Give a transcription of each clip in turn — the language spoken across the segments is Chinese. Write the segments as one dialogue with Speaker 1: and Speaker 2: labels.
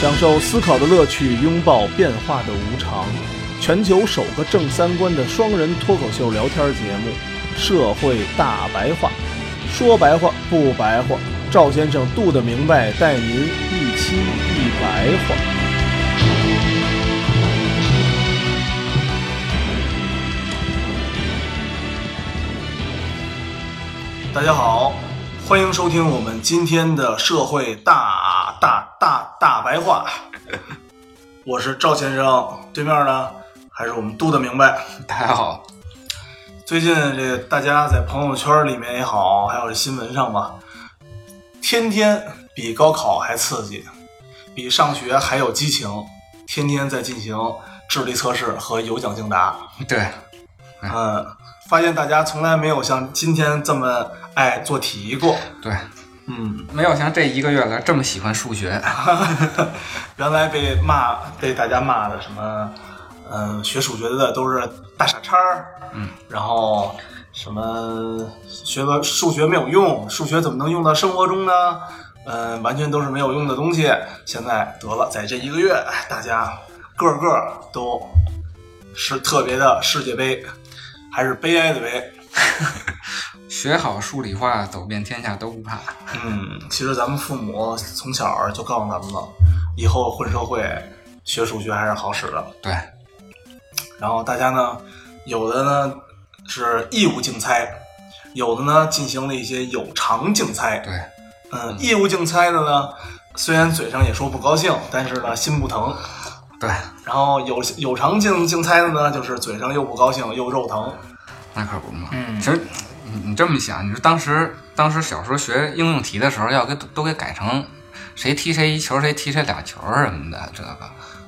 Speaker 1: 享受思考的乐趣，拥抱变化的无常。全球首个正三观的双人脱口秀聊天节目《社会大白话》，说白话不白话，赵先生度的明白，带您一期一白话。大家好，欢迎收听我们今天的社会大大大大白话。我是赵先生，对面呢还是我们嘟的明白。
Speaker 2: 大家好，
Speaker 1: 最近这个大家在朋友圈里面也好，还有这新闻上吧，天天比高考还刺激，比上学还有激情，天天在进行智力测试和有奖竞答。
Speaker 2: 对，
Speaker 1: 嗯，发现大家从来没有像今天这么爱做题过。
Speaker 2: 对，
Speaker 1: 嗯，
Speaker 2: 没有像这一个月来这么喜欢数学，
Speaker 1: 原来被骂被大家骂的什么，呃，学数学的都是大傻叉儿，
Speaker 2: 嗯，
Speaker 1: 然后什么学个数学没有用，数学怎么能用到生活中呢？嗯、完全都是没有用的东西。现在得了，在这一个月，大家个个都是特别的世界杯，还是悲哀的悲。
Speaker 2: 学好数理化，走遍天下都不怕。
Speaker 1: 嗯，其实咱们父母从小就告诉咱们了，以后混社会学数学还是好使的。
Speaker 2: 对，
Speaker 1: 然后大家呢，有的呢是义务竞猜，有的呢进行了一些有偿竞猜。
Speaker 2: 对，
Speaker 1: 嗯，义务竞猜的呢，虽然嘴上也说不高兴，但是呢心不疼。
Speaker 2: 对，
Speaker 1: 然后有有偿竞竞猜的呢，就是嘴上又不高兴又肉疼。
Speaker 2: 那可不嘛。
Speaker 1: 嗯
Speaker 2: 其实你你这么想，你说当时当时小时候学应用题的时候，要给都给改成谁踢谁一球，谁踢谁俩球什么的，这个。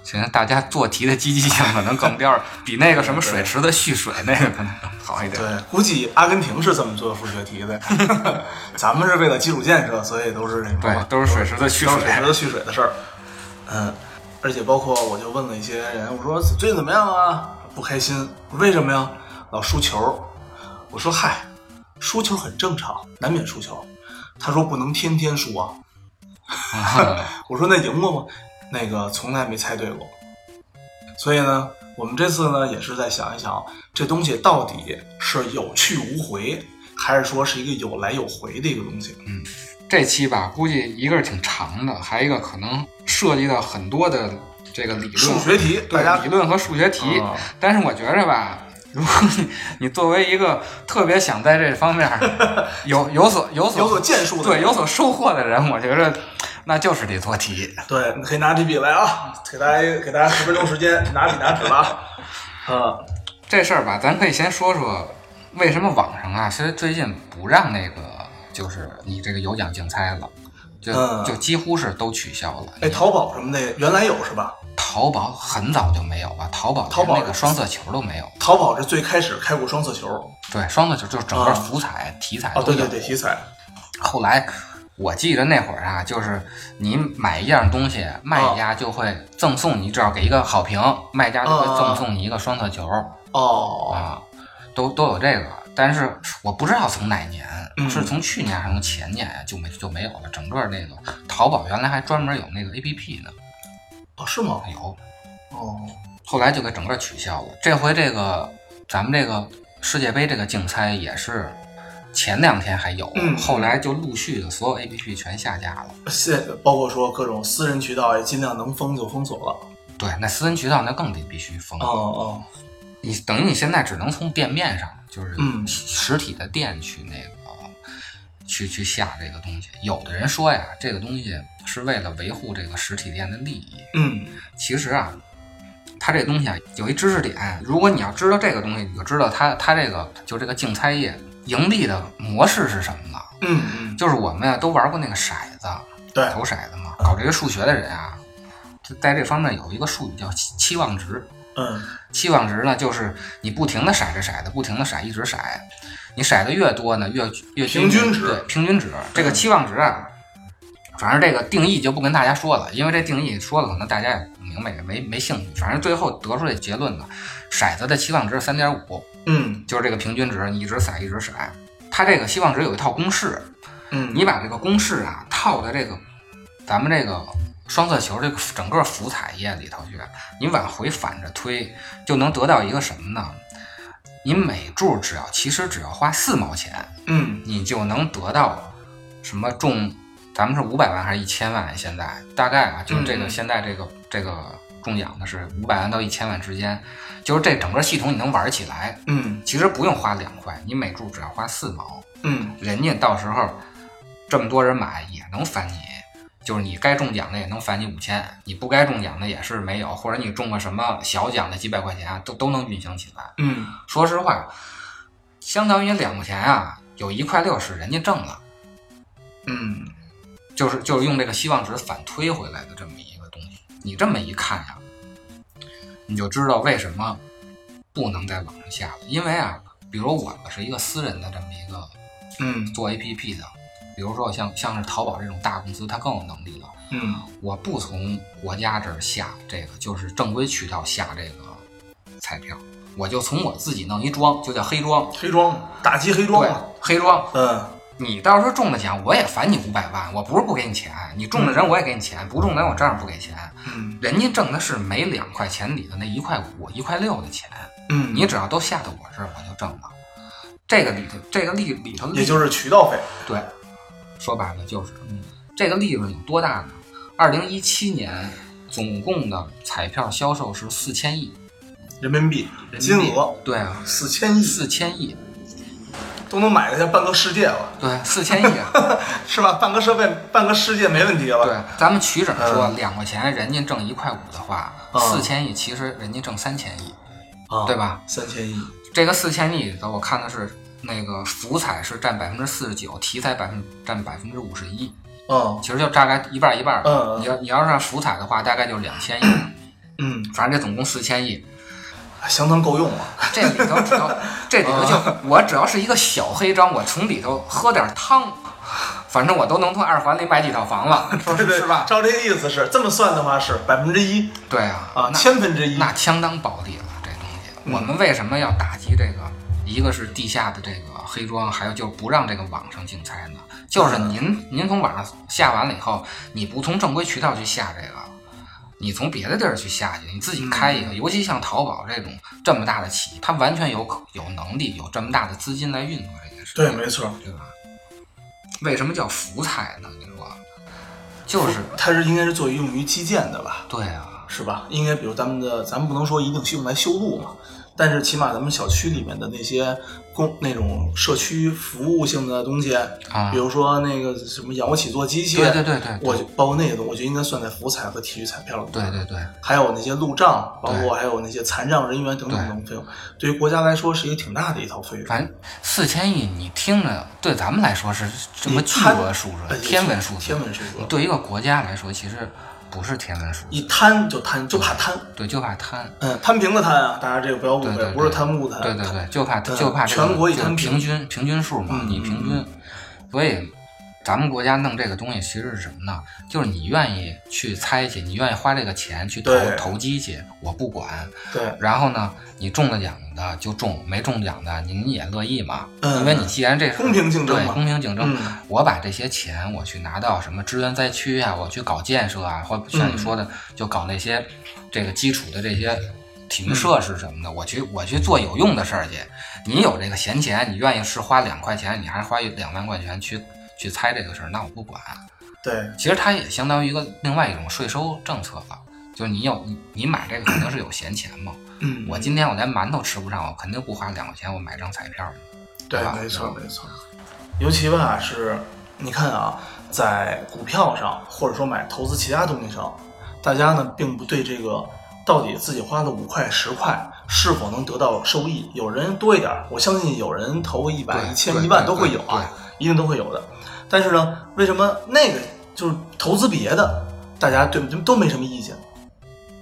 Speaker 2: 其实大家做题的积极性可能更掉，比那个什么水池子蓄水那个可能好一点。
Speaker 1: 对，估计阿根廷是这么做数学题的， 咱们是为了基础建设，所以都是这什么
Speaker 2: 对，都是水池子蓄
Speaker 1: 都
Speaker 2: 水
Speaker 1: 是。水的蓄水的事儿。嗯，而且包括我就问了一些人，我说最近怎么样啊？不开心，为什么呀？老输球。我说嗨，输球很正常，难免输球。他说不能天天输啊。 我说那赢过吗？那个从来没猜对过。所以呢，我们这次呢也是在想一想，这东西到底是有去无回，还是说是一个有来有回的一个东西？
Speaker 2: 这期吧，估计一个是挺长的，还有一个可能涉及到很多的这个理论、
Speaker 1: 数学题，大
Speaker 2: 对
Speaker 1: 家
Speaker 2: 理论和数学题。
Speaker 1: 啊
Speaker 2: 但是我觉着吧，如果你你作为一个特别想在这方面 有有所有所
Speaker 1: 有所建树的
Speaker 2: 对有所收获的人，我觉着那就是得做题。
Speaker 1: 对，你可以拿起笔来啊，给大家给大家十分钟时间，拿笔拿纸了 啊。嗯，
Speaker 2: 这事儿吧，咱可以先说说为什么网上啊，其实最近不让那个就是你这个有奖竞猜了。就
Speaker 1: 嗯
Speaker 2: 就几乎是都取消了。
Speaker 1: 哎，淘宝什么的原来有是吧？
Speaker 2: 淘宝很早就没有了，淘宝连
Speaker 1: 淘宝
Speaker 2: 那个双色球都没有。
Speaker 1: 淘宝是最开始开过双色球
Speaker 2: 对，双色球就是整个
Speaker 1: 啊
Speaker 2: 福彩、题材都
Speaker 1: 哦，
Speaker 2: 有。
Speaker 1: 对对对，题材
Speaker 2: 后来我记得那会儿啊，就是你买一样东西，
Speaker 1: 啊
Speaker 2: 卖家就会赠送你，只要给一个好评，卖家就会
Speaker 1: 啊
Speaker 2: 赠送你一个双色球
Speaker 1: 哦，
Speaker 2: 啊，都都有这个。但是我不知道从哪年，
Speaker 1: 嗯
Speaker 2: 是从去年还是从前年啊就没就没有了。整个那个淘宝原来还专门有那个 APP 呢，
Speaker 1: 哦是吗？
Speaker 2: 有，
Speaker 1: 哦，
Speaker 2: 后来就给整个取消了。这回这个咱们这个世界杯这个竞猜也是前两天还有，
Speaker 1: 嗯
Speaker 2: 后来就陆续的所有 APP 全下架了。
Speaker 1: 现包括说各种私人渠道也尽量能封就封锁了。
Speaker 2: 对，那私人渠道那更得必须封。
Speaker 1: 哦哦，
Speaker 2: 你等于你现在只能从店面上，就是
Speaker 1: 嗯
Speaker 2: 实体的店去那个、去去下这个东西。有的人说呀，这个东西是为了维护这个实体店的利益。
Speaker 1: 嗯
Speaker 2: 其实啊，它这东西啊有一知识点，如果你要知道这个东西，你就知道它它这个就这个竞猜业盈利的模式是什么了。
Speaker 1: 嗯嗯，
Speaker 2: 就是我们啊都玩过那个骰子，
Speaker 1: 对，
Speaker 2: 投骰子嘛，搞这个数学的人啊，就在这方面有一个术语叫期期望值。
Speaker 1: 嗯
Speaker 2: 期望值呢，就是你不停的骰着骰子，不停的骰，一直骰，你骰的越多呢，越越
Speaker 1: 平均值
Speaker 2: 对平均值。这个期望值啊，反正这个定义就不跟大家说了，因为这定义说了，可能大家也不明白，也没没兴趣。反正最后得出这结论呢，骰子的期望值三点五，
Speaker 1: 嗯
Speaker 2: 就是这个平均值，你一直骰，一直骰。它这个期望值有一套公式，
Speaker 1: 嗯，
Speaker 2: 你把这个公式啊套在这个咱们这个双色球这个整个福彩页里头去，你往回反着推，就能得到一个什么呢？你每注只要其实只要花四毛钱，
Speaker 1: 嗯，
Speaker 2: 你就能得到什么中，咱们是五百万还是一千万？现在大概啊，就是这
Speaker 1: 嗯
Speaker 2: 个
Speaker 1: 嗯
Speaker 2: 现在这个这个中奖的是五百万到一千万之间，就是这整个系统你能玩起来，
Speaker 1: 嗯
Speaker 2: 其实不用花两块，你每注只要花四毛，
Speaker 1: 嗯
Speaker 2: 人家到时候这么多人买也能返你。就是你该中奖的也能返你五千，你不该中奖的也是没有，或者你中个什么小奖的几百块钱啊都都能运行起来。
Speaker 1: 嗯
Speaker 2: 说实话，相当于两块钱啊，有一块六是人家挣了，
Speaker 1: 嗯，
Speaker 2: 就是就是用这个希望值反推回来的这么一个东西。你这么一看呀、你就知道为什么不能在网上下了，因为啊，比如我们是一个私人的这么一个
Speaker 1: 嗯
Speaker 2: 做 APP 的，比如说像像是淘宝这种大公司，它更有能力了。
Speaker 1: 嗯
Speaker 2: 我不从国家这儿下这个，就是正规渠道下这个彩票，我就从我自己弄一庄，就叫黑庄。
Speaker 1: 黑庄打击黑庄
Speaker 2: 对
Speaker 1: 嘛，，
Speaker 2: 黑庄，
Speaker 1: 嗯
Speaker 2: 你到时候中了奖，我也返你五百万，我不是不给你钱，你中了人我也给你钱，不中人我照样不给钱。
Speaker 1: 嗯
Speaker 2: 人家挣的是每两块钱里的那一块五、一块六的钱，
Speaker 1: 嗯，
Speaker 2: 你只要都下到我这儿，我就挣了。这个里头，这个利里头利，
Speaker 1: 也就是渠道费，
Speaker 2: 对，说白了就是，这个利润有多大呢？二零一七年总共的彩票销售是四千亿
Speaker 1: 人民币
Speaker 2: 人民币
Speaker 1: 金额，
Speaker 2: 对啊，
Speaker 1: 四千亿
Speaker 2: 四千亿，
Speaker 1: 都能买得下半个世界了，
Speaker 2: 对，四千亿啊。
Speaker 1: 是吧？半个设备，半个世界没问题了。
Speaker 2: 对，咱们取整说，
Speaker 1: 嗯
Speaker 2: 两块钱人家挣一块五的话，
Speaker 1: 嗯
Speaker 2: 四千亿其实人家挣三千亿，
Speaker 1: 啊
Speaker 2: 对？吧？
Speaker 1: 三千亿，
Speaker 2: 这个四千亿里头，我看的是那个福彩是占百分之四十九，体彩百分占百分之五十一，
Speaker 1: 嗯
Speaker 2: 其实就大概一半儿一半儿。
Speaker 1: 嗯嗯
Speaker 2: 你要你要是按福彩的话，大概就两千亿，
Speaker 1: 嗯，啊
Speaker 2: 反正这总共四千亿，
Speaker 1: 相当够用了。
Speaker 2: 这里 头只要这里头
Speaker 1: 啊
Speaker 2: 就我只要是一个小黑章，我从里头喝点汤。反正我都能从二环里买几套房了， 说
Speaker 1: 对
Speaker 2: 是
Speaker 1: 对
Speaker 2: 是 吧？
Speaker 1: 照这个意思是，这么算的话是百分之一
Speaker 2: 对啊，
Speaker 1: 啊，
Speaker 2: 那
Speaker 1: 千分之一。
Speaker 2: 那相当暴利了，这东西。
Speaker 1: 嗯
Speaker 2: 我们为什么要打击这个？一个是地下的这个黑庄，还有就是不让这个网上竞猜呢。就是
Speaker 1: 嗯
Speaker 2: 您您从网上下完了以后，你不从正规渠道去下这个，你从别的地儿去下去，你自己开
Speaker 1: 嗯
Speaker 2: 一个，尤其像淘宝这种这么大的企业，它完全有可有能力有这么大的资金来运作这件事
Speaker 1: 对，
Speaker 2: 情，
Speaker 1: 没错，
Speaker 2: 对吧？为什么叫福彩呢？你说，就是
Speaker 1: 它是应该是做用于基建的吧？
Speaker 2: 对啊，
Speaker 1: 是吧？应该比如咱们的，咱们不能说一定用来修路嘛，但是起码咱们小区里面的那些公那种社区服务性的东西，
Speaker 2: 啊
Speaker 1: 比如说那个什么仰卧起坐机器，
Speaker 2: 对对对哎对，
Speaker 1: 我就包括那些东西，我觉得应该算在福彩和体育彩票里面。
Speaker 2: 对对对，
Speaker 1: 还有那些路障，包
Speaker 2: 对
Speaker 1: 括还有那些残障人员等等等
Speaker 2: 对
Speaker 1: 等费用，对于国家来说是一个挺大的一套费用。
Speaker 2: 反正四千亿，你听着，对咱们来说是这么
Speaker 1: 你
Speaker 2: 巨
Speaker 1: 看
Speaker 2: 额数
Speaker 1: 呃
Speaker 2: 字，天文数字。
Speaker 1: 天文数字，
Speaker 2: 对一个国家来说，其实不是天文数字，
Speaker 1: 一贪就贪，就怕贪，
Speaker 2: 对，就怕贪。
Speaker 1: 嗯，摊平的贪啊，大家这个不要误
Speaker 2: 对
Speaker 1: 会，
Speaker 2: 对，
Speaker 1: 不是
Speaker 2: 对
Speaker 1: 贪污的呃贪，
Speaker 2: 对对对，就怕
Speaker 1: 对
Speaker 2: 就怕这个
Speaker 1: 全国一
Speaker 2: 这
Speaker 1: 摊
Speaker 2: 个
Speaker 1: 平
Speaker 2: 平均平均数嘛，
Speaker 1: 嗯
Speaker 2: 你平均。所以，咱们国家弄这个东西其实是什么呢？就是你愿意去猜去，你愿意花这个钱去投
Speaker 1: 对
Speaker 2: 投机去，我不管。
Speaker 1: 对，
Speaker 2: 然后呢，你中了奖的就中，没中奖的您也乐意嘛，
Speaker 1: 嗯
Speaker 2: 因为你既然这是
Speaker 1: 公平竞争嘛
Speaker 2: 对公平竞争，
Speaker 1: 嗯
Speaker 2: 我把这些钱我去拿到什么支援灾区啊，我去搞建设啊，或
Speaker 1: 嗯
Speaker 2: 像你说的，就搞那些这个基础的这些体育设施什么的，我去我去做有用的事儿去。你有这个闲钱，你愿意是花两块钱，你还是花两万块钱去去猜这个事儿，那我不管。
Speaker 1: 对，
Speaker 2: 其实它也相当于一个另外一种税收政策了，就是你有你你买这个肯定是有闲钱嘛。
Speaker 1: 嗯，
Speaker 2: 我今天我连馒头吃不上，我肯定不花两块钱我买张彩票嘛。
Speaker 1: 对
Speaker 2: 对，吧
Speaker 1: 没错
Speaker 2: 嗯
Speaker 1: 没错。尤其吧是，你看啊，在股票上或者说买投资其他东西上，大家呢并不对这个到底自己花的五块十块是否能得到收益，有人多一点儿，我相信有人投个一百、
Speaker 2: 对
Speaker 1: 一千、
Speaker 2: 对
Speaker 1: 一万都
Speaker 2: 对
Speaker 1: 会
Speaker 2: 对
Speaker 1: 有啊，一定都会有的。但是呢，为什么那个就是投资别的，大家对都没什么意见？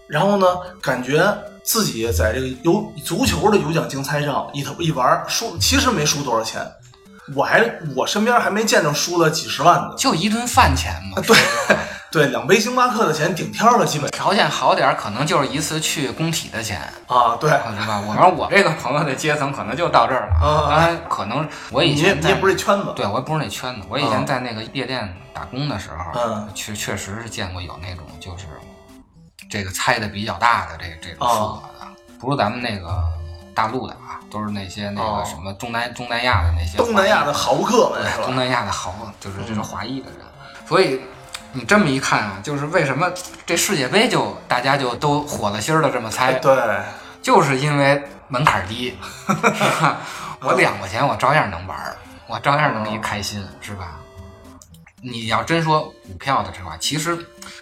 Speaker 1: 然后呢，感觉自己在这个有足球的有奖竞猜上一头一玩儿输，其实没输多少钱，我还我身边还没见着输了几十万的。
Speaker 2: 就一顿饭钱嘛。对，
Speaker 1: 对，两杯星巴克的钱顶天儿了，基本
Speaker 2: 条件好点儿，可能就是一次去工体的钱，
Speaker 1: 啊，对，
Speaker 2: 是吧？我反正我这个朋友的阶层可能就到这儿了。
Speaker 1: 啊
Speaker 2: 当然，可能我以
Speaker 1: 你也
Speaker 2: 前
Speaker 1: 你也
Speaker 2: 在
Speaker 1: 不是圈子，
Speaker 2: 对我也不是那圈子，我以
Speaker 1: 啊
Speaker 2: 前在那个夜店打工的时候，
Speaker 1: 嗯
Speaker 2: 确确实是见过有那种就是这个猜的比较大的这这
Speaker 1: 哦
Speaker 2: 种数额的，不是咱们那个大陆的啊，都是那些那
Speaker 1: 哦
Speaker 2: 个什么中南中南亚的那些
Speaker 1: 东南亚的豪客们是
Speaker 2: 对，东
Speaker 1: 吧？
Speaker 2: 南亚的豪，就是这是华裔的人，所以你这么一看啊，就是为什么这世界杯就大家就都火了心儿的这么猜，
Speaker 1: 哎对，
Speaker 2: 就是因为门槛儿低， 是吧？我两块钱我照样能玩儿，我照样能一
Speaker 1: 哦
Speaker 2: 开心，是吧？你要真说股票的这话，其实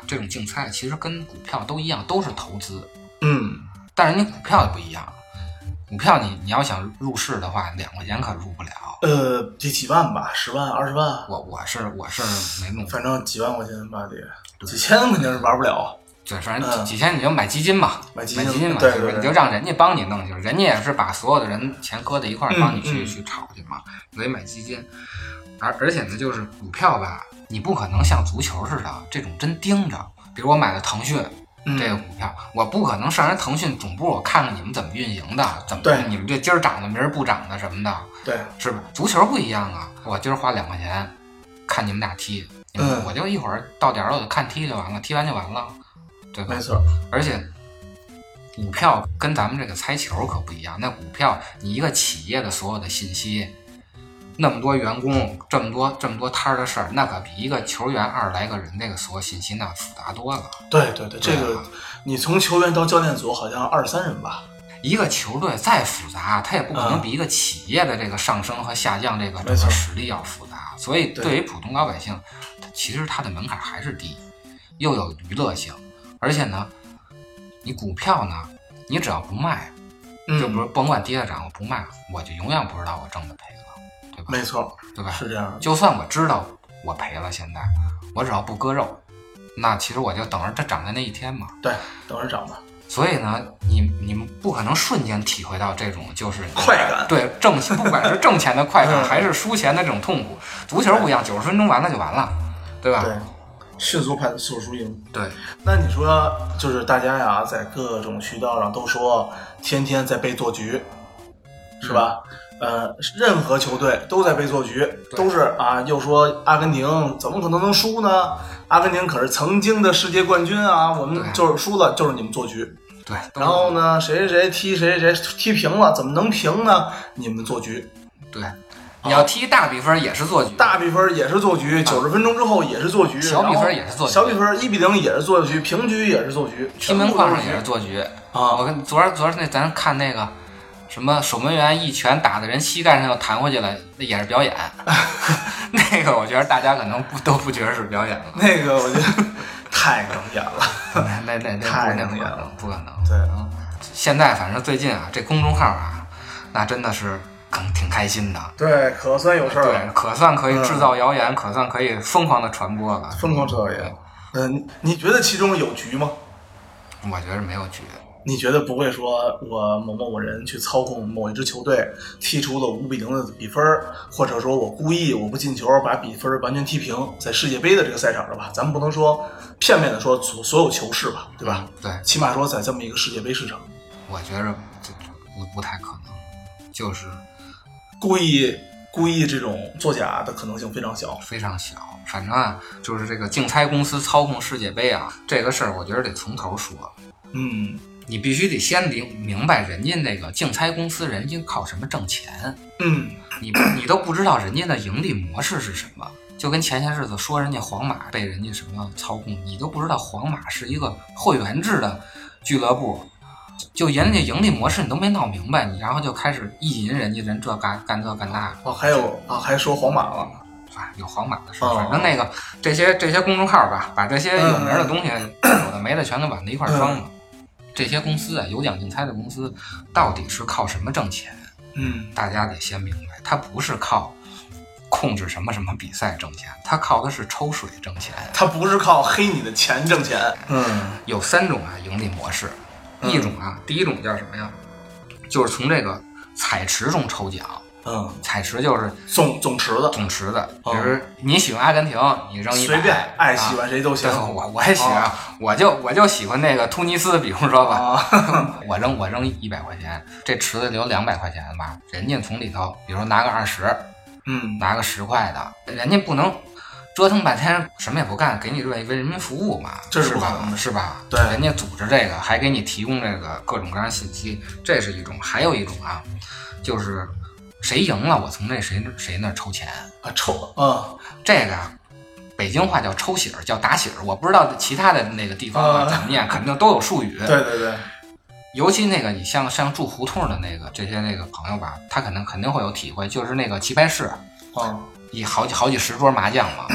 Speaker 2: 这种竞猜其实跟股票都一样，都是投资，
Speaker 1: 嗯，
Speaker 2: 但是你股票也不一样。股票你你要想入市的话，两块钱可入不了。
Speaker 1: 呃，得几万吧，十万、二十万，
Speaker 2: 我我是我是没弄
Speaker 1: 反正几万块钱吧得，几千肯定是玩不了。
Speaker 2: 对，反
Speaker 1: 嗯
Speaker 2: 正几几千你就买基金嘛，
Speaker 1: 买
Speaker 2: 买
Speaker 1: 基
Speaker 2: 基
Speaker 1: 金
Speaker 2: 嘛，
Speaker 1: 对
Speaker 2: 就是
Speaker 1: 对对
Speaker 2: 你就让人家帮你弄去，人家也是把所有的人钱搁在一块儿
Speaker 1: 嗯
Speaker 2: 帮你去、
Speaker 1: 嗯
Speaker 2: 去炒去嘛，所以买基金。而而且呢，就是股票吧，你不可能像足球似的这种真盯着。比如我买了腾讯
Speaker 1: 嗯，
Speaker 2: 这个股票，我不可能上人腾讯总部，我看看你们怎么运营的，怎么
Speaker 1: 对
Speaker 2: 你们这今儿涨的，明儿不涨的什么的，
Speaker 1: 对，
Speaker 2: 是吧？足球不一样啊，我今儿花两块钱看你们俩踢，
Speaker 1: 嗯
Speaker 2: 我就一会儿到点儿了我就看踢就完了，踢完就完了，对吧
Speaker 1: 没？错，
Speaker 2: 而且股票跟咱们这个猜球可不一样，那股票你一个企业的所有的信息，那么多员工，这么多这么多摊儿的事儿，那可比一个球员二十来个人那个所有信息那复杂多了。
Speaker 1: 对对对，这
Speaker 2: 对
Speaker 1: 个
Speaker 2: 啊
Speaker 1: 你从球员到教练组好像二十三人吧？
Speaker 2: 一个球队再复杂，它也不可
Speaker 1: 嗯
Speaker 2: 能比一个企业的这个上升和下降这个
Speaker 1: 没
Speaker 2: 整
Speaker 1: 错
Speaker 2: 个实力要复杂。所以
Speaker 1: 对
Speaker 2: 对于普通老百姓，它其实它的门槛还是低，又有娱乐性，而且呢，你股票呢，你只要不卖，
Speaker 1: 嗯，
Speaker 2: 就不是甭管跌涨，我不卖，我就永远不知道我挣的赔了，对吧？
Speaker 1: 没错，
Speaker 2: 对吧？
Speaker 1: 是这样的。
Speaker 2: 就算我知道我赔了，现在我只要不割肉，那其实我就等着它涨的那一天嘛。
Speaker 1: 对，等着涨吧。
Speaker 2: 所以呢，你你们不可能瞬间体会到这种就是
Speaker 1: 快感
Speaker 2: 对挣钱， 不管是挣钱的快感
Speaker 1: 嗯
Speaker 2: 还是输钱的这种痛苦，足球不一样，九十分钟完了就完了，对吧？
Speaker 1: 对，迅速判速输赢。
Speaker 2: 对
Speaker 1: 那你说，就是大家呀，在各种渠道上都说，天天在被做局，是吧？
Speaker 2: 嗯
Speaker 1: 呃，任何球队都在被做局，都是啊，又说阿根廷怎么可能能输呢？阿根廷可是曾经的世界冠军啊，我们
Speaker 2: 对
Speaker 1: 就是输了，就是你们做局。
Speaker 2: 对。
Speaker 1: 然后呢，谁谁谁踢谁谁谁踢平了，怎么能平呢？你们做局，
Speaker 2: 对，你要踢大比分也是做局，
Speaker 1: 大比分也是做局，九十分钟之后也是做局，
Speaker 2: 啊小比分
Speaker 1: 然后
Speaker 2: 也是做局
Speaker 1: 小比分一比零也是做局，平局也是做局，
Speaker 2: 踢
Speaker 1: 全部
Speaker 2: 门框
Speaker 1: 都
Speaker 2: 上也
Speaker 1: 局
Speaker 2: 是做局。
Speaker 1: 啊
Speaker 2: 我跟昨儿昨儿那咱看那个什么守门员一拳打在人膝盖上又弹回去了，那也是 表演。那个我觉得大家可能不都不觉得是 表演了，
Speaker 1: 那个我觉得太能演了。
Speaker 2: 那那那那
Speaker 1: 太
Speaker 2: 不那
Speaker 1: 能
Speaker 2: 不
Speaker 1: 演
Speaker 2: 可
Speaker 1: 了
Speaker 2: 能，不可能。
Speaker 1: 对
Speaker 2: 嗯现在反正最近啊，这公众号啊，那真的是更挺开心的。
Speaker 1: 对，可算有事儿
Speaker 2: 对，
Speaker 1: 了，
Speaker 2: 可算可以制造谣言，可算可以疯狂的传播了。
Speaker 1: 疯狂指导员。嗯，你觉得其中有局吗？
Speaker 2: 我觉得没有局，
Speaker 1: 你觉得不会说我某某某人去操控某一支球队踢出了五比零的比分儿，或者说我故意我不进球把比分儿完全踢平，在世界杯的这个赛场上吧，咱们不能说片面的说所所有球市吧，对吧？
Speaker 2: 对，
Speaker 1: 起码说在这么一个世界杯市场，
Speaker 2: 我觉着这这不不太可能，就是
Speaker 1: 故意故意这种作假的可能性非常小。
Speaker 2: 非常小。反正啊，就是这个竞猜公司操控世界杯啊，这个事儿我觉得得从头说。
Speaker 1: 嗯
Speaker 2: 你必须得先明明白人家那个竞猜公司，人家靠什么挣钱，
Speaker 1: 嗯，
Speaker 2: 你 你都不知道人家的盈利模式是什么。就跟前些日子说人家皇马被人家什么操控，你都不知道皇马是一个会员制的俱乐部，就人家盈利模式你都没闹明白，你然后就开始意淫人家人这干干这干那，
Speaker 1: 哦，还有啊，还说皇马了。
Speaker 2: 啊，有皇马的事
Speaker 1: 哦
Speaker 2: 儿，反正那个这些这些公众号吧，把这些有名的东西、有的没的全都往那一块儿装了。这些公司啊，有奖竞猜的公司，到底是靠什么挣钱？
Speaker 1: 嗯
Speaker 2: 大家得先明白，它不是靠控制什么什么比赛挣钱，它靠的是抽水挣钱。，
Speaker 1: 他不是靠黑你的钱挣钱。嗯
Speaker 2: 有三种啊盈利模式，一种啊，第一种叫什么呀？就是从这个彩池中抽奖，
Speaker 1: 嗯嗯，
Speaker 2: 彩池就是
Speaker 1: 总总池子，
Speaker 2: 总池子，
Speaker 1: 哦
Speaker 2: 比如你喜欢阿根廷，你扔一
Speaker 1: 随便爱喜
Speaker 2: 欢。
Speaker 1: 欢谁都行哦
Speaker 2: 对，。我我也喜欢，我就我就喜欢那个突尼斯，比如说吧，
Speaker 1: 啊，
Speaker 2: 我扔我扔一百块钱，这池子留两百块钱吧，人家从里头，比如拿个二十，
Speaker 1: 嗯，
Speaker 2: 拿个十块的，人家不能折腾半天什么也不干，给你为为人民服务嘛，
Speaker 1: 这是
Speaker 2: 是
Speaker 1: 不可
Speaker 2: 吧
Speaker 1: 能？的
Speaker 2: 是吧？
Speaker 1: 对
Speaker 2: 人家组织这个，还给你提供这个各种各样的信息，这是一种；还有一种啊，就是谁赢了，我从那谁谁那儿抽钱，
Speaker 1: 啊臭，嗯，
Speaker 2: 这个啊。北京话叫抽喜儿，叫打喜儿，我不知道其他的那个地方啊
Speaker 1: 啊
Speaker 2: 怎么念，肯定都有术语。
Speaker 1: 对对啊对，
Speaker 2: 尤其那个你像像住胡同的那个这些那个朋友吧，他可能肯定会有体会，就是那个棋牌室，
Speaker 1: 嗯，
Speaker 2: 一好几好几十桌麻将嘛，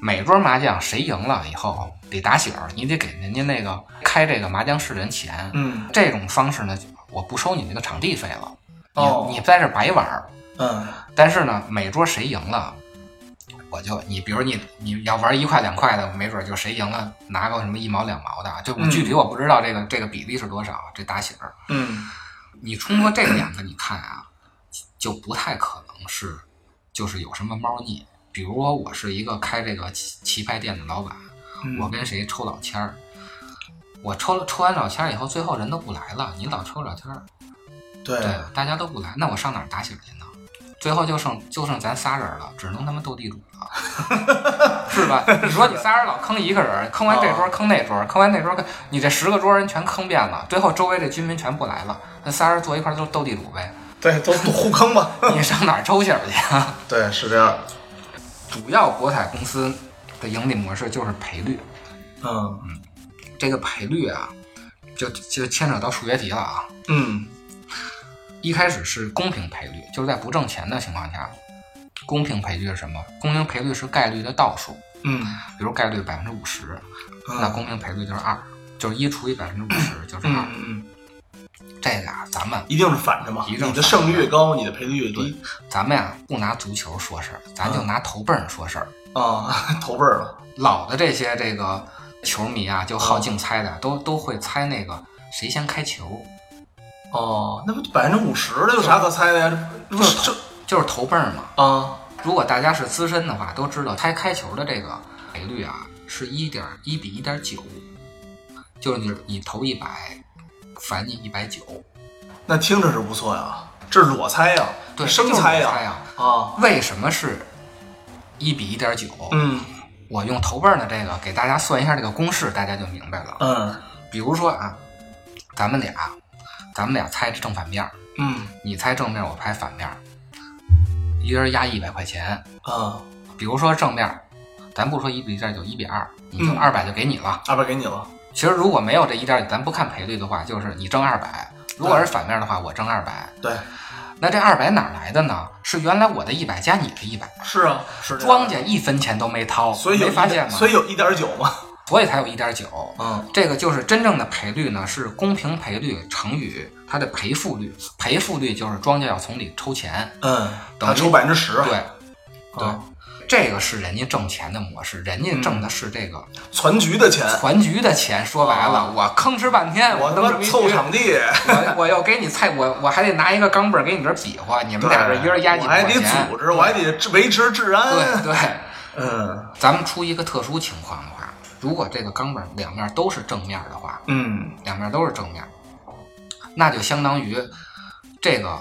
Speaker 2: 每桌麻将谁赢了以后得打喜儿，你得给人家那个开这个麻将室的人钱。
Speaker 1: 嗯，
Speaker 2: 这种方式呢，我不收你那个场地费了，你、
Speaker 1: 哦
Speaker 2: 你在这儿白玩儿。
Speaker 1: 嗯，
Speaker 2: 但是呢，每桌谁赢了，我就你比如你你要玩一块两块的，没准就谁赢了拿个什么一毛两毛的，就我
Speaker 1: 嗯
Speaker 2: 具体我不知道这个、这个比例是多少，这打喜儿。
Speaker 1: 嗯，
Speaker 2: 你通过这两个，你看啊，就不太可能是，就是有什么猫腻。比如说，我是一个开这个棋棋牌店的老板，
Speaker 1: 嗯
Speaker 2: 我跟谁抽老签儿，我抽了抽完老签儿以后，最后人都不来了，你老抽老签儿，
Speaker 1: 对
Speaker 2: 对，大家都不来，那我上哪儿打喜儿去呢？最后就剩就剩咱仨人了，只能他妈斗地主了， 是吧？你说你仨人老坑一个人，坑完这桌
Speaker 1: 哦
Speaker 2: 坑那桌，坑完那桌坑，你这十个桌人全坑遍了，最后周围这居民全不来了，那仨人坐一块儿就斗地主呗。
Speaker 1: 对，都都互坑吧。
Speaker 2: 你上哪儿抽喜儿去 啊？
Speaker 1: 对，是这样。
Speaker 2: 主要博彩公司的盈利模式就是赔率，
Speaker 1: 嗯
Speaker 2: 这个赔率啊，就就牵扯到数学题了啊。
Speaker 1: 嗯
Speaker 2: 一开始是公平赔率，就是在不挣钱的情况下，公平赔率是什么？公平赔率是概率的倒数，
Speaker 1: 嗯，
Speaker 2: 比如概率百分之五十，那
Speaker 1: 嗯
Speaker 2: 公平赔率就是二，就是一除以百分之五十就是二。
Speaker 1: 嗯嗯，
Speaker 2: 这个啊，咱们
Speaker 1: 一定是反着嘛。
Speaker 2: 一定是
Speaker 1: 你的胜率越高，你的赔率越低
Speaker 2: 咱们呀、不拿足球说事儿，咱
Speaker 1: 嗯
Speaker 2: 就拿头辈儿说事儿。
Speaker 1: 啊， 投倍儿了。
Speaker 2: 老的这些这个球迷啊，就
Speaker 1: 嗯
Speaker 2: 好竞猜的，都都会猜那个谁先开球，
Speaker 1: 哦，那不百分之五十了，有啥可猜的呀？这不是这
Speaker 2: 就是投奔儿嘛。
Speaker 1: 啊？
Speaker 2: 如果大家是资深的话，都知道猜开球的这个赔率啊是一点一比一点九，就是你你投一百，返你一百九，
Speaker 1: 那听着是不错呀，这是裸猜呀，
Speaker 2: 对，
Speaker 1: 生
Speaker 2: 猜
Speaker 1: 呀，
Speaker 2: 猜啊。
Speaker 1: 啊，
Speaker 2: 为什么是一比一点九？
Speaker 1: 嗯
Speaker 2: 我用投奔儿的这个给大家算一下这个公式，大家就明白了。
Speaker 1: 嗯
Speaker 2: 比如说啊，咱们俩，咱们俩猜正反面儿，
Speaker 1: 嗯
Speaker 2: 你猜正面，我猜反面，一人压一百块钱。
Speaker 1: 啊，
Speaker 2: 比如说正面，咱不说一比一点九，一比二，你就
Speaker 1: 嗯
Speaker 2: 二百就给你了。
Speaker 1: 二百给你了，
Speaker 2: 其实如果没有这一点，咱不看赔率的话，就是你挣二百。如果是反面的话，我挣二百。
Speaker 1: 对，
Speaker 2: 那这二百哪儿来的呢？是原来我的一百加你的一百，
Speaker 1: 是啊，是这样
Speaker 2: 庄家一分钱都没掏，
Speaker 1: 所以有
Speaker 2: 哦没
Speaker 1: 一
Speaker 2: 发现吗？
Speaker 1: 所以有一点九嘛，
Speaker 2: 所以才有一点九。
Speaker 1: 嗯
Speaker 2: 这个就是真正的赔率呢，是公平赔率乘以它的赔付率，赔付率就是庄家要从里抽钱，
Speaker 1: 嗯，
Speaker 2: 等于
Speaker 1: 他抽百分之十，
Speaker 2: 对，对
Speaker 1: 啊，
Speaker 2: 这个是人家挣钱的模式，人家
Speaker 1: 嗯
Speaker 2: 挣的是这个
Speaker 1: 攒局的钱，
Speaker 2: 团局的钱。说白了，哎我吭哧半天，
Speaker 1: 哎啊我他
Speaker 2: 弄这
Speaker 1: 妈
Speaker 2: 么一
Speaker 1: 凑
Speaker 2: 局，
Speaker 1: 场地，
Speaker 2: 我我要给你菜，我我还得拿一个钢镚儿给你这儿比划，你们俩这一人压几
Speaker 1: 我
Speaker 2: 百
Speaker 1: 还
Speaker 2: 块
Speaker 1: 得
Speaker 2: 钱，
Speaker 1: 组织，我还得维持治
Speaker 2: 对
Speaker 1: 安，
Speaker 2: 对。
Speaker 1: 嗯
Speaker 2: 咱们出一个特殊情况的话，如果这个钢镚儿两面都是正面的话，
Speaker 1: 嗯
Speaker 2: 两面都是正面，那就相当于这个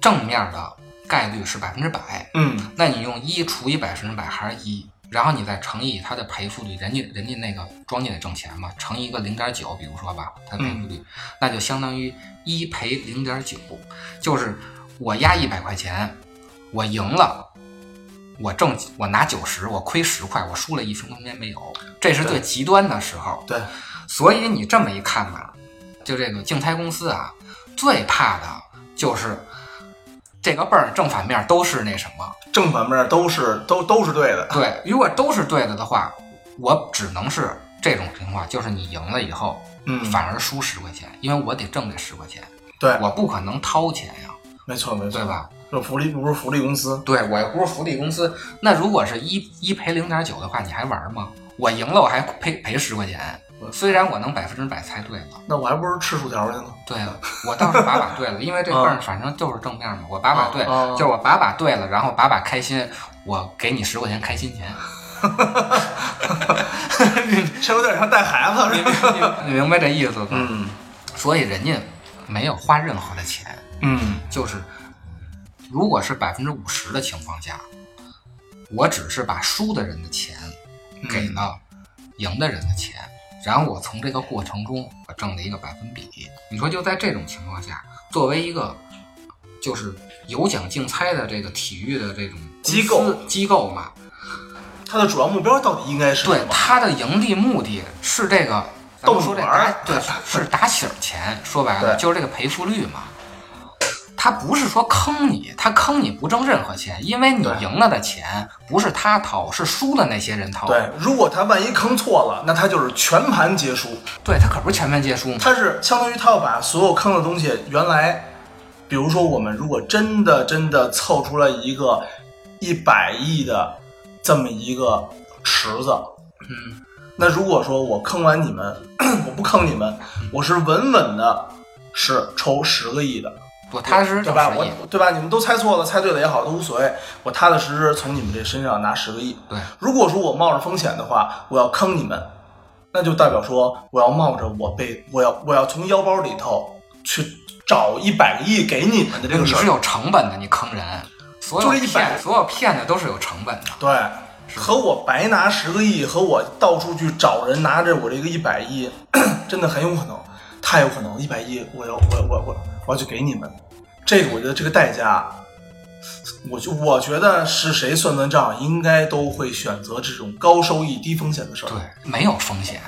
Speaker 2: 正面的概率是百分之百，
Speaker 1: 嗯
Speaker 2: 那你用一除以百分之百还是一，然后你再乘以它的赔付率，人家人家那个庄家得挣钱嘛，乘以一个零点九，比如说吧，它的赔付率，那就相当于一赔零点九，就是我压一百块钱，我赢了。我挣我拿九十，我亏十块，我输了一分钱没有，这是最极端的时候。
Speaker 1: 对，
Speaker 2: 所以你这么一看吧，就这个竞猜公司啊，最怕的就是这个辈儿正反面都是那什么，
Speaker 1: 正反面都是都都是对的，
Speaker 2: 对，如果都是对的的话，我只能是这种情况，就是你赢了以后，
Speaker 1: 嗯
Speaker 2: 反而输十块钱，因为我得挣这十块钱，
Speaker 1: 对，
Speaker 2: 我不可能掏钱呀，
Speaker 1: 没错没错
Speaker 2: 对，吧？
Speaker 1: 这福利不是福利公司，
Speaker 2: 对，我又不是福利公司，那如果是一一赔零点九的话，你还玩吗？我赢了我还赔赔十块钱，虽然我能百分之百猜对了，
Speaker 1: 那我还不如吃薯条去 呢。
Speaker 2: 对我倒是把把对了，因
Speaker 1: 嗯
Speaker 2: 为这份儿反正就是正面嘛，我把把对，就是我把把对了，然后把把开心，我给你十块钱开 心钱，
Speaker 1: 这有点像带孩子
Speaker 2: 你
Speaker 1: 似的。
Speaker 2: 明你明白这意思吧？
Speaker 1: 嗯
Speaker 2: 所以人家没有花任何的钱，
Speaker 1: 嗯
Speaker 2: 就是如果是百分之五十的情况下，我只是把输的人的钱
Speaker 1: 嗯
Speaker 2: 给了赢的人的钱，然后我从这个过程中我挣了一个百分比。你说就在这种情况下，作为一个就是有奖竞猜的这个体育的这种
Speaker 1: 机
Speaker 2: 公司
Speaker 1: 构
Speaker 2: 机构嘛，
Speaker 1: 它的主要目标到底应该是
Speaker 2: 对
Speaker 1: 什么？
Speaker 2: 它的盈利目的是这个。咱们说这
Speaker 1: 逗玩
Speaker 2: 打
Speaker 1: 儿
Speaker 2: 对是打喜儿钱，说白了
Speaker 1: 对
Speaker 2: 就是这个赔付率嘛。他不是说坑你，他坑你不挣任何钱，因为你
Speaker 1: 对
Speaker 2: 赢了的钱不是他掏，是输的那些人掏。
Speaker 1: 对，如果他万一坑错了，那他就是全盘皆输。
Speaker 2: 对，他可不是全盘皆输吗？
Speaker 1: 他是相当于他要把所有坑的东西，原来，比如说我们如果真的真的凑出了一个一百亿的这么一个池子，
Speaker 2: 嗯，
Speaker 1: 那如果说我坑完你们， 我不坑你们，我是稳稳的，是抽十个亿的，
Speaker 2: 不，他是
Speaker 1: 对
Speaker 2: 找
Speaker 1: 吧？
Speaker 2: 十亿。
Speaker 1: 我对吧？你们都猜错了，猜对了也好，都无所谓。我踏踏实实从你们这身上拿十个亿。
Speaker 2: 对，
Speaker 1: 如果说我冒着风险的话，我要坑你们，那就代表说我要冒着我被我要我要从腰包里头去找一百个亿给你们的这个
Speaker 2: 哎你
Speaker 1: 事
Speaker 2: 是
Speaker 1: 儿。
Speaker 2: 有成本的，你坑人，所有
Speaker 1: 就这一百
Speaker 2: 骗所有骗子都是有成本的。
Speaker 1: 对，和我白拿十个亿，和我到处去找人拿着我这个一百亿， 真的很有可能，太有可能，一百亿我要我我我我要去给你们，这个我觉得这个代价，我就我觉得是谁算算账，应该都会选择这种高收益低风险的事儿
Speaker 2: 对，，没有风险，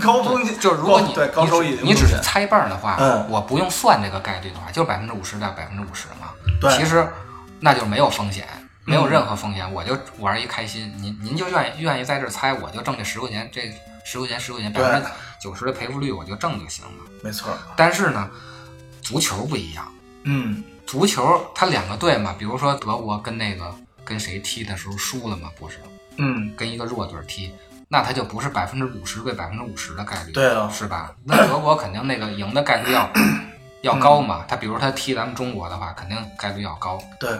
Speaker 1: 高风险
Speaker 2: 就是如果你
Speaker 1: 高对高收益
Speaker 2: 你
Speaker 1: 低
Speaker 2: 只你
Speaker 1: 风
Speaker 2: 只是
Speaker 1: 险，
Speaker 2: 猜半儿的话，
Speaker 1: 嗯
Speaker 2: 我不用算这个概率的话，就是百分之五十到百分之五十嘛。
Speaker 1: 对嗯
Speaker 2: 其实那就没有风险，没有任何风险，我就玩一开心。您您就愿意愿意在这儿猜，我就挣这十块钱，这十块钱十块钱百
Speaker 1: 对
Speaker 2: 分之九十的赔付率我就挣就行了。
Speaker 1: 没错儿，
Speaker 2: 但是呢，足球不一样，
Speaker 1: 嗯
Speaker 2: 足球它两个队嘛，比如说德国跟那个跟谁踢的时候输了嘛，不是
Speaker 1: 嗯，
Speaker 2: 跟一个弱队踢，那它就不是百分之五十对百分之五十的概率，
Speaker 1: 对啊
Speaker 2: 是吧？那德国肯定那个赢的概 率要要高
Speaker 1: 嗯
Speaker 2: 嘛，他比如他踢咱们中国的话，肯定概率要高。
Speaker 1: 对，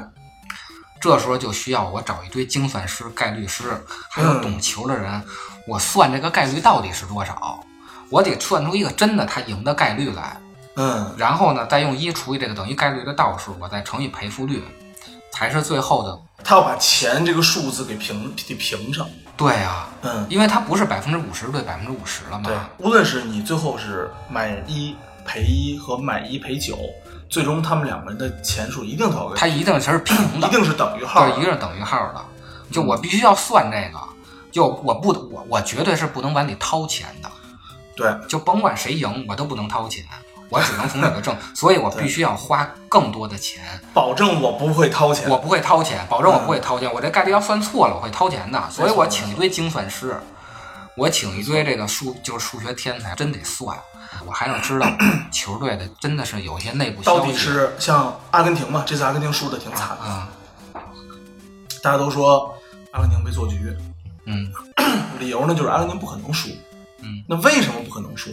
Speaker 2: 这时候就需要我找一堆精算师、概率师，还
Speaker 1: 嗯
Speaker 2: 有懂球的人，我算这个概率到底是多少，我得算出一个真的他赢的概率来。
Speaker 1: 嗯
Speaker 2: 然后呢，再用一除以这个等于概率的倒数，我再乘以赔付率，才是最后的。
Speaker 1: 他要把钱这个数字给平给平上，
Speaker 2: 对啊，
Speaker 1: 嗯。
Speaker 2: 因为它不是百分之五十对百分之五十了嘛
Speaker 1: 对。，无论是你最后是买一赔一和买一赔九，最终他们两个人的钱数一定都要给
Speaker 2: 它一定其实平的，
Speaker 1: 一定是等于号嗯
Speaker 2: 对，
Speaker 1: 的。
Speaker 2: 一定是等于号的。就我必须要算这个，就我不我我绝对是不能往里掏钱的，
Speaker 1: 对，
Speaker 2: 就甭管谁赢，我都不能掏钱，我只能从里头挣，所以我必须要花更多的钱。
Speaker 1: 保证我不会掏钱。
Speaker 2: 我不会掏钱，保证我不
Speaker 1: 嗯
Speaker 2: 会掏钱，我这概率要算错了，我会掏钱的，所以我请一堆精算师，我请一堆这个数就是数学天才，真得算，我还 要知道球队的真的是有一些内部消
Speaker 1: 到
Speaker 2: 息
Speaker 1: 底是像阿根廷嘛？这次阿根廷输的挺惨的，
Speaker 2: 啊，
Speaker 1: 大家都说阿根廷被做局，
Speaker 2: 嗯
Speaker 1: 理由呢就是阿根廷不可能输。
Speaker 2: 嗯，
Speaker 1: 那为什么不可能输？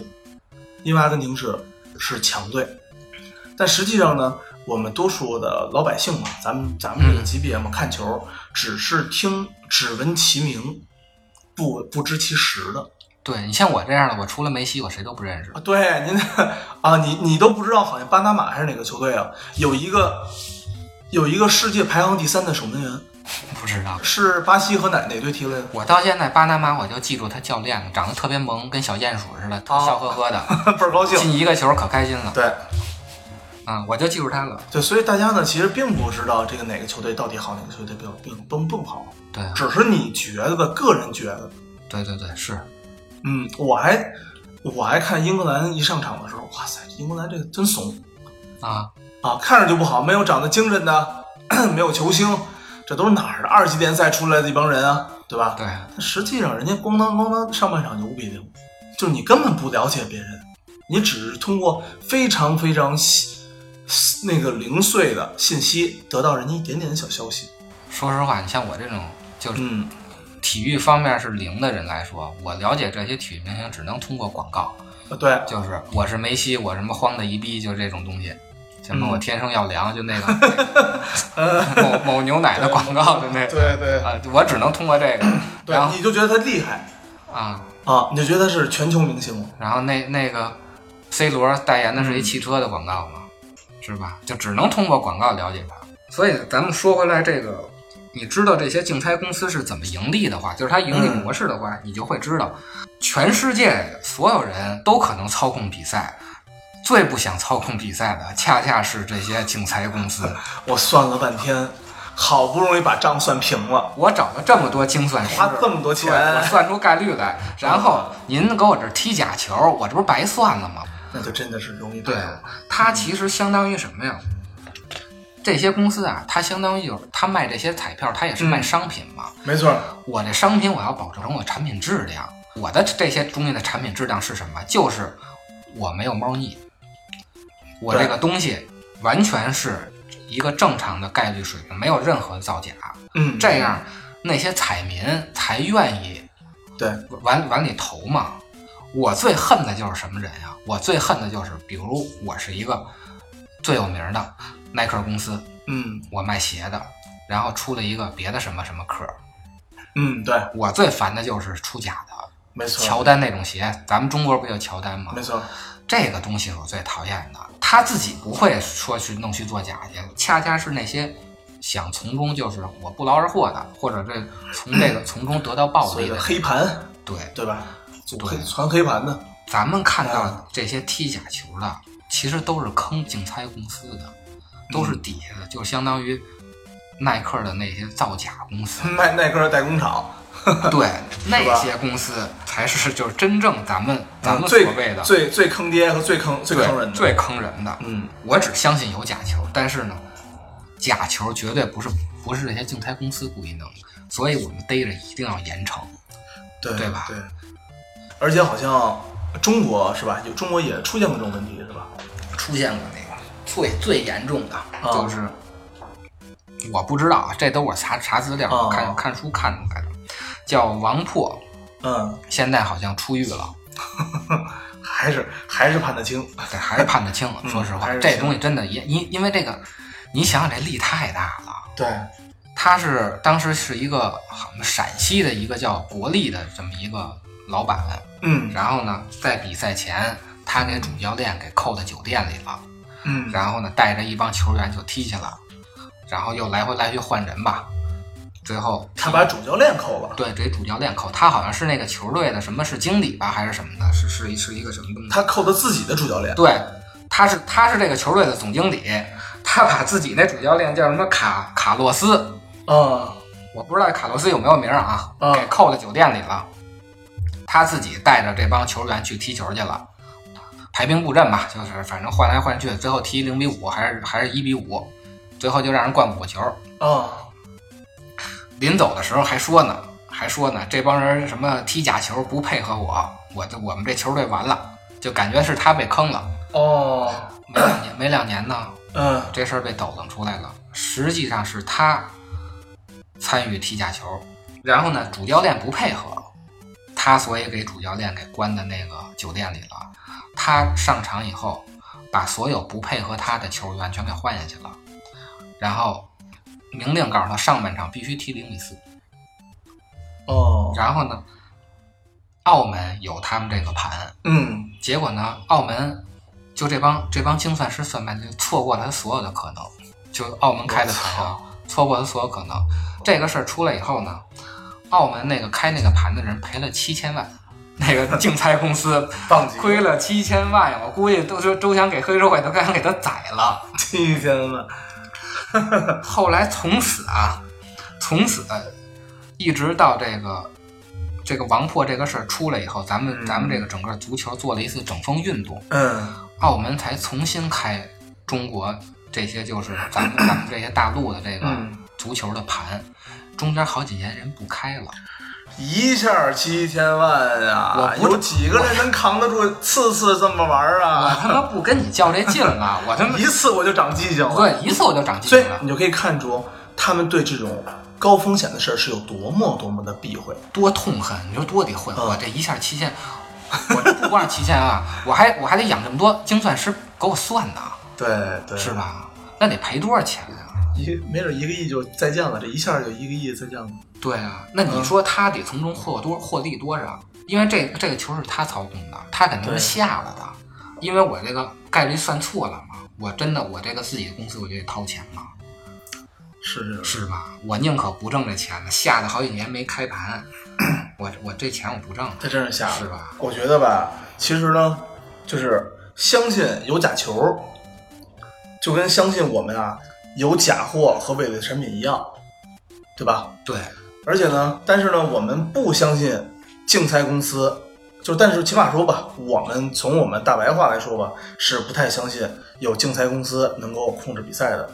Speaker 1: 因为阿根廷是是强队，但实际上呢，我们多数的老百姓嘛，咱们咱们这个级别嘛，看球只是听只闻其名，不不知其实的
Speaker 2: 对你像我这样的，我除了梅西，我谁都不认识
Speaker 1: 啊。。对，您 啊，你你都不知道，好像巴拿马还是哪个球队啊？有一个有一个世界排行第三的守门员
Speaker 2: 不知道。
Speaker 1: 是巴西和哪哪队踢来的？
Speaker 2: 我到现在巴拿马我就记住他教练了，长得特别萌，跟小鼹鼠似的，特
Speaker 1: 哦
Speaker 2: 笑呵呵的，
Speaker 1: 倍儿高兴。
Speaker 2: 进一个球可开心了
Speaker 1: 对
Speaker 2: 啊！我就记住他了。
Speaker 1: 对，所以大家呢，其实并不知道这个哪个球队到底好，哪个球队不并不不好。
Speaker 2: 对
Speaker 1: 只是你觉得，个人觉得。
Speaker 2: 对对对，是
Speaker 1: 嗯，我还我还看英格兰一上场的时候，哇塞，英格兰这个真怂
Speaker 2: 啊，
Speaker 1: 啊，看着就不好，没有长得精神的，没有球星，这都是哪儿的二级联赛出来的一帮人啊，对吧？
Speaker 2: 对
Speaker 1: 实际上人家咣当咣当上半场就五比零，就是你根本不了解别人，你只是通过非常非常细那个零碎的信息得到人家一点点的小消息。
Speaker 2: 说实话，你像我这种就是
Speaker 1: 嗯，
Speaker 2: 体育方面是零的人来说，我了解这些体育明星只能通过广告，
Speaker 1: 呃对，
Speaker 2: 就是我是梅西，我什么慌的一逼，就这种东西。什么
Speaker 1: 嗯
Speaker 2: 我天生要凉，就那个 某某牛奶的广告，就那个
Speaker 1: 对对
Speaker 2: 啊，我只能通过这个，然
Speaker 1: 对，
Speaker 2: 后
Speaker 1: 你就觉得他厉害
Speaker 2: 啊，
Speaker 1: 啊？你就觉得他是全球明星了？
Speaker 2: 然后那那个 C 罗代言的
Speaker 1: 嗯
Speaker 2: 是一汽车的广告嘛，是吧？就只能通过广告了解他。所以咱们说回来，这个你知道这些竞猜公司是怎么盈利的话，就是它盈利
Speaker 1: 嗯
Speaker 2: 模式的话，你就会知道，全世界所有人都可能操控比赛。最不想操控比赛的，恰恰是这些竞猜公司。
Speaker 1: 我算了半天，好不容易把账算平了，
Speaker 2: 我找了这么多精算师，
Speaker 1: 花这么多
Speaker 2: 对我
Speaker 1: 钱，
Speaker 2: 算出概率来，然后您给我这踢假球，我这不是白算了吗？
Speaker 1: 那就真的是容易
Speaker 2: 对
Speaker 1: 赔了。，
Speaker 2: 它其实相当于什么呀？这些公司啊，它相当于就是它卖这些彩票，它也是卖商品嘛。
Speaker 1: 没错，
Speaker 2: 我这商品我要保证我产品质量，我的这些东西的产品质量是什么？就是我没有猫腻，我这个东西完全是一个正常的概率水平，没有任何造假。
Speaker 1: 嗯，
Speaker 2: 这样那些彩民才愿意
Speaker 1: 对，
Speaker 2: 往往里投嘛。我最恨的就是什么人呀、我最恨的就是，比如我是一个最有名的耐克公司，
Speaker 1: 嗯
Speaker 2: 我卖鞋的，然后出了一个别的什么什么科儿。
Speaker 1: 嗯，对，
Speaker 2: 我最烦的就是出假的，
Speaker 1: 没
Speaker 2: 乔
Speaker 1: 错，
Speaker 2: 丹那种鞋，咱们中国不就乔丹吗
Speaker 1: 没？错，
Speaker 2: 这个东西我最讨厌的，他自己不会说去弄虚作假去，恰恰是那些想从中就是我不劳而获的，或者这从这个从中得到暴
Speaker 1: 所
Speaker 2: 利
Speaker 1: 以
Speaker 2: 的。
Speaker 1: 黑盘
Speaker 2: 对，
Speaker 1: 对吧？组
Speaker 2: 对
Speaker 1: 黑传黑盘的，
Speaker 2: 咱们看
Speaker 1: 嗯
Speaker 2: 到这些踢假球的，其实都是坑竞猜公司的，都
Speaker 1: 嗯
Speaker 2: 是底下的，就相当于耐克的那些造假 公司。
Speaker 1: 嗯耐耐克代工厂，
Speaker 2: 对，那
Speaker 1: 吧嗯
Speaker 2: 些公司才是就是真正咱们咱们所
Speaker 1: 最
Speaker 2: 谓的
Speaker 1: 最最坑爹和最坑最
Speaker 2: 对
Speaker 1: 坑人的，
Speaker 2: 最坑人的。
Speaker 1: 嗯，
Speaker 2: 我只相信有假球，但是呢，假球绝对不是不是这些竞猜公司故意弄的，所以我们逮着一定要严惩。
Speaker 1: 对
Speaker 2: 对吧
Speaker 1: 对，而且好像中国是吧？有中国也出现过这种问题是吧？
Speaker 2: 出现过那个最最严重的，
Speaker 1: 啊
Speaker 2: 就是我不知道啊，这都我查查资料、
Speaker 1: 啊
Speaker 2: 看看书看的看的，叫王破，
Speaker 1: 嗯，
Speaker 2: 现在好像出狱了，
Speaker 1: 还是还是判得轻，
Speaker 2: 这还是判得轻。啊
Speaker 1: 嗯
Speaker 2: 说实话
Speaker 1: 还，是
Speaker 2: 这
Speaker 1: 轻
Speaker 2: 东西真的也因因为这个，你想想这力太大了。
Speaker 1: 对，
Speaker 2: 他是当时是一个好像陕西的一个叫国力的这么一个老板，
Speaker 1: 嗯
Speaker 2: 然后呢，在比赛前他给主教练给扣到酒店里了。
Speaker 1: 嗯，
Speaker 2: 然后呢，带着一帮球员就踢去了，然后又来回来去换人吧，最后
Speaker 1: 他把主教练扣了，
Speaker 2: 对这主教练扣，他好像是那个球队的什么是经理吧，还是什么的，是是是一个什么东西？
Speaker 1: 他扣的自己的主教练，
Speaker 2: 对，他是他是这个球队的总经理，他把自己那主教练叫什么卡卡洛斯，嗯
Speaker 1: 啊
Speaker 2: 我不知道卡洛斯有没有名儿啊，
Speaker 1: 嗯
Speaker 2: 给扣到酒店里了，他自己带着这帮球员去踢球去了。排兵布阵吧，就是反正换来换去，最后踢零比五还是还是一比五，最后就让人灌五个球，嗯
Speaker 1: 啊，
Speaker 2: 临走的时候还说呢，还说呢，这帮人什么踢假球不配合我，我这我们这球队完了，就感觉是他被坑了。
Speaker 1: 哦，
Speaker 2: 没两年，没两年呢，
Speaker 1: 嗯，
Speaker 2: 这事儿被抖楞出来了，实际上是他参与踢假球，然后呢，主教练不配合，他所以给主教练给关在那个酒店里了。他上场以后，把所有不配合他的球员全给换下去了，然后明令告诉他上半场必须踢零比四。
Speaker 1: 哦，
Speaker 2: 然后呢，澳门有他们这个盘，
Speaker 1: 嗯，
Speaker 2: 结果呢，澳门就这帮这帮精算师算盘就错过了他所有的可能，就澳门开的盘啊，错过了所有可能。这个事儿出来以后呢，澳门那个开那个盘的人赔了七千万，那个竞猜公司
Speaker 1: 棒极，
Speaker 2: 亏了七千万呀，我估计都是都想给黑社会都该想给他宰了。
Speaker 1: 七千万，
Speaker 2: 后来从此啊，从此一直到这个这个王破这个事儿出来以后，咱们
Speaker 1: 嗯
Speaker 2: 咱们这个整个足球做了一次整风运动，
Speaker 1: 嗯，
Speaker 2: 澳门才重新开中国这些就是咱们咱们这些大陆的这个
Speaker 1: 嗯
Speaker 2: 足球的盘。中间好几年人不开了，
Speaker 1: 一下七千万啊，
Speaker 2: 我不
Speaker 1: 有几个人能扛得住次次这么玩儿
Speaker 2: 我
Speaker 1: 啊？
Speaker 2: 他妈不跟你较这劲了，我他妈
Speaker 1: 一次我就长记性了。
Speaker 2: 对一次我就长记
Speaker 1: 嗯所以
Speaker 2: 性了。
Speaker 1: 你就可以看出他们对这种高风险的事儿是有多么多么的避讳。
Speaker 2: 多痛恨，你说多得会，
Speaker 1: 嗯
Speaker 2: 我这一下期限，我这不光是期限啊，我还我还得养这么多精算师给我算呢，
Speaker 1: 对对，
Speaker 2: 是吧？那得赔多少钱呀、
Speaker 1: 一没准一个亿就再见了，这一下就一个亿再见了。
Speaker 2: 对啊，那你说他得从中获多获利多少？因为这这个球是他操控的，他肯定是下了的。因为我这个概率算错了嘛，我真的我这个自己的公司我就得掏钱了，
Speaker 1: 是
Speaker 2: 是吧？我宁可不挣这钱了，下了好几年没开盘， 我我这钱我不挣了，
Speaker 1: 他真是瞎
Speaker 2: 是
Speaker 1: 了。
Speaker 2: 吧？
Speaker 1: 我觉得吧，其实呢，就是相信有假球，就跟相信我们啊有假货和伪劣产品一样，对吧？
Speaker 2: 对，
Speaker 1: 而且呢，但是呢，我们不相信竞猜公司，就但是起码说吧，我们从我们大白话来说吧，是不太相信有竞猜公司能够控制比赛的。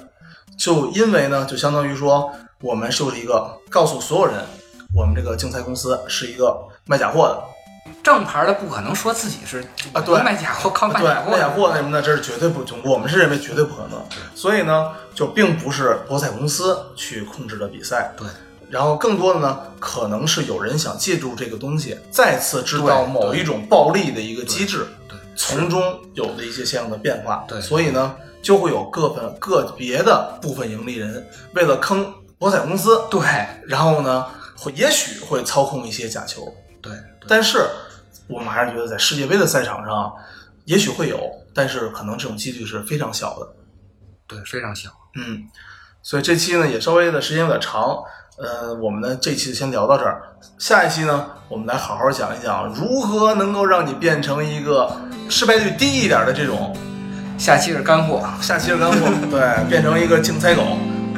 Speaker 1: 就因为呢，就相当于说，我们就是一个告诉所有人，我们这个竞猜公司是一个卖假货的，
Speaker 2: 正牌的不可能说自己是
Speaker 1: 啊对
Speaker 2: 我卖假货靠卖
Speaker 1: 对
Speaker 2: 假，货，
Speaker 1: 卖假货什么的，这是绝对不，我们是认为绝对不可能。所以呢，就并不是博彩公司去控制的比赛，
Speaker 2: 对
Speaker 1: 然后更多的呢，可能是有人想借助这个东西，再次知道
Speaker 2: 对
Speaker 1: 某一种暴利的一个机制，
Speaker 2: 对
Speaker 1: 从中有了一些相应的变化。
Speaker 2: 对
Speaker 1: 所以呢，就会有各分个别的部分盈利人为了坑博彩公司，
Speaker 2: 对
Speaker 1: 然后呢，会也许会操控一些假球，
Speaker 2: 对对
Speaker 1: 但是我们还是觉得在世界杯的赛场上，也许会有，但是可能这种几率是非常小的。
Speaker 2: 对，非常小。
Speaker 1: 嗯，所以这期呢也稍微的时间有点长，呃，我们呢这期先聊到这儿，下一期呢我们来好好讲一讲如何能够让你变成一个失败率低一点的这种
Speaker 2: 下期是干货，
Speaker 1: 下期的干货，对，变成一个竞猜狗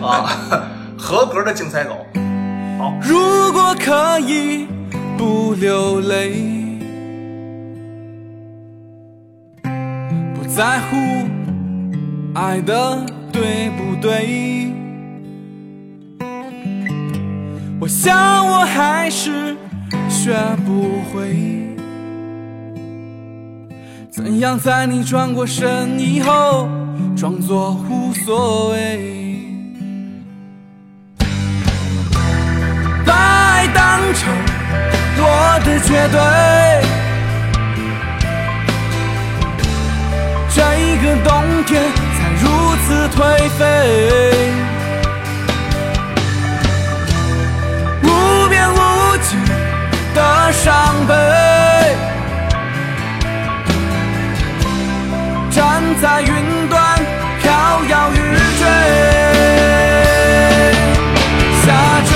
Speaker 1: 啊， 合格的竞猜狗。
Speaker 3: 如果可以不流泪，不在乎爱的对不对，我想我还是学不会。怎样在你转过身以后，装作无所谓？把爱当成我的绝对。这一个冬天才如此颓废，无边无际的伤悲，站在云端飘摇欲坠。下坠，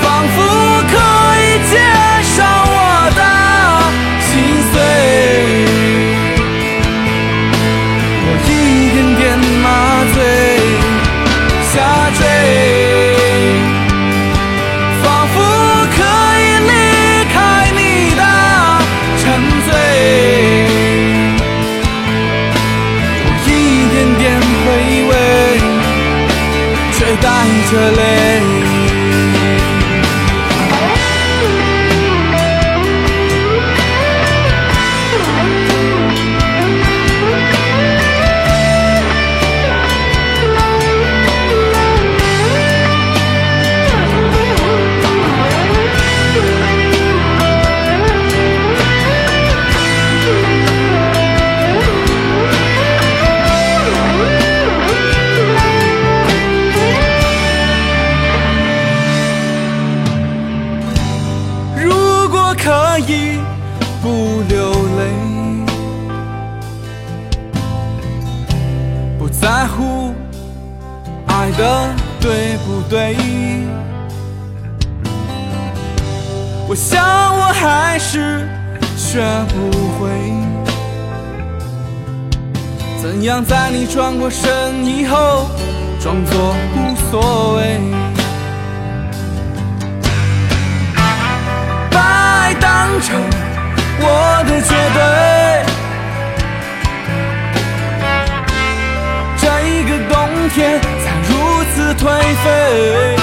Speaker 3: 仿佛可以接受我的心碎。我一点点麻醉，下坠，仿佛可以离开你的沉醉。我一点点回味。却带着泪。如果可以不流泪，不在乎爱的对不对，我想我还是学不会。怎样在你转过身以后，装作无所谓？把爱当成我的绝对。这一个冬天才如此颓废，